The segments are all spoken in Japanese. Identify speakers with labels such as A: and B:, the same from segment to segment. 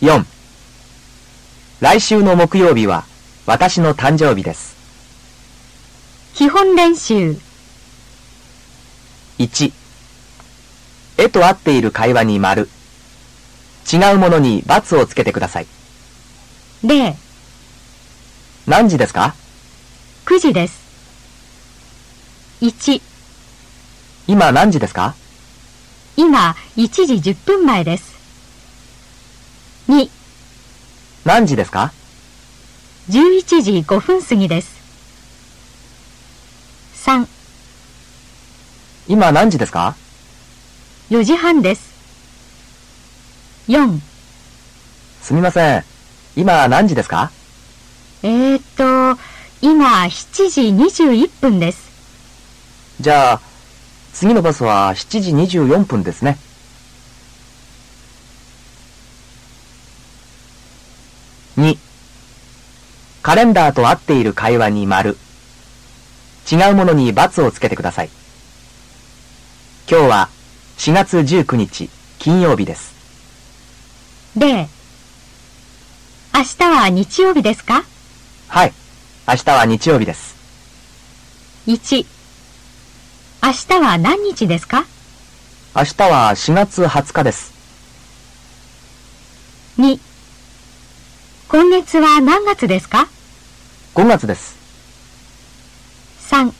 A: 4来週の木曜日は私の誕生日です
B: 基本練習
A: 1絵と合っている会話に丸違うものに×をつけてください
B: 0、
A: 何時ですか
B: 9時です。1、
A: 今何時ですか
B: 今1時10分前です。2、
A: 何時ですか
B: 11時5分過ぎです。3、
A: 今何時ですか
B: 4時半です。4、
A: すみません今何時ですか
B: えーっと、今7時21分です。
A: じゃあ次のバスは7時24分ですね2カレンダーと合っている会話に丸違うものに×をつけてください今日は4月19日金曜日です
B: 0、明日は日曜日ですか
A: はい明日は日曜日です
B: ?1、明日は何日ですか
A: 明日は4月20日です
B: 2今月は何月ですか
A: 5月です
B: 3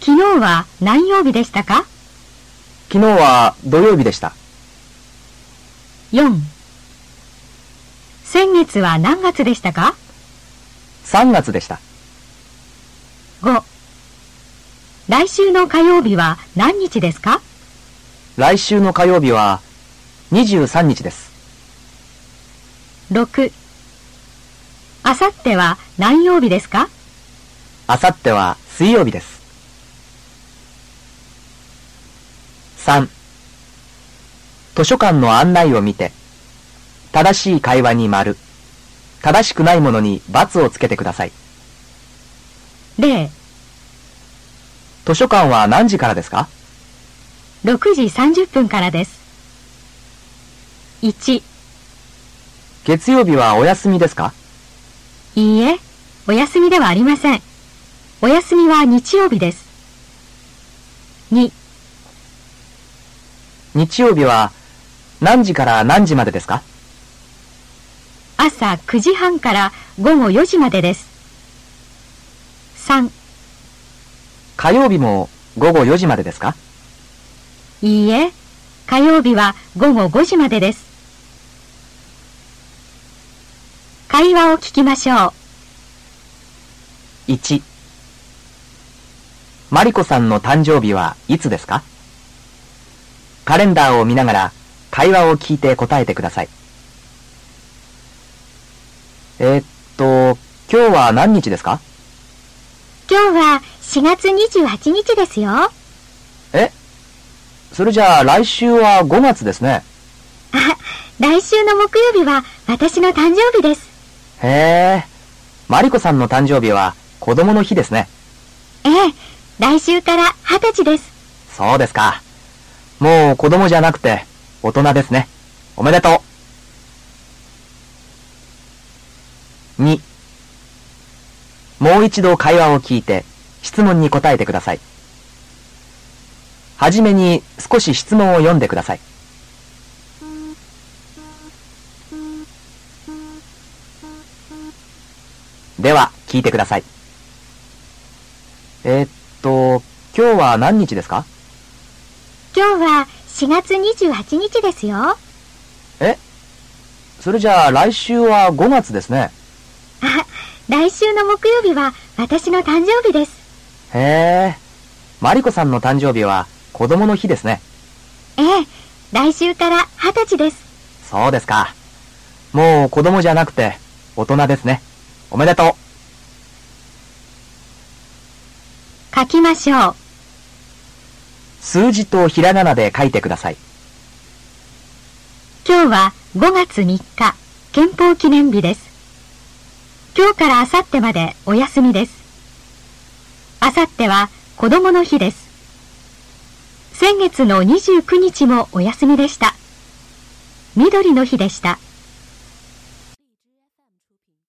B: 昨日は何曜日でしたか
A: 昨日は土曜日でした
B: 4先月は何月でしたか
A: 3月でした
B: 5来週の火曜日は何日ですか
A: 来週の火曜日は23日です
B: 6あさっては何曜日ですか
A: あさっては水曜日です。3. 図書館の案内を見て、正しい会話に丸、正しくないものに×をつけてください。
B: 06
A: 図書館は何時からですか
B: 時30分からです1
A: 月曜日はお休みですか
B: いいえ、お休みではありません。お休みは日曜日です。2、
A: 日曜日は何時から何時までですか
B: 朝9時半から午後4時までです。3、
A: 火曜日も午後4時までですか
B: いいえ、火曜日は午後5時までです。会話を聞きましょう。
A: ?1 マリコさんの誕生日はいつですかカレンダーを見ながら会話を聞いて答えてください。えーっと、今日は何日ですか
B: 今日は4月28日ですよ。あ、
A: えそれじゃあ来週は5月ですね。
B: 来週の木曜日は私の誕生日です。
A: へえ、マリコさんの誕生日は子供の日ですね。
B: ええ、来週から20歳です。
A: そうですか。もう子供じゃなくて大人ですね。おめでとう。2もう一度会話を聞いて質問に答えてください。はじめに少し質問を読んでください。では、聞いてください。えーっと、今日は何日ですか
B: 今日は4月28日ですよ。あ、
A: それじゃあ来週は5月ですね。
B: 来週の木曜日は私の誕生日です。
A: へえ。マリコさんの誕生日は子供の日ですね。
B: ええ、来週から20歳です。
A: そうですか。もう子供じゃなくて大人ですね。おめでと
B: 書きましょう。
A: う。数字とひらがなで書いてください。
B: 今日は5月3日、憲法記念日です。今日からあさってまでお休みです。あさっては子供の日です。先月の29日もお休みでした。緑の日でした。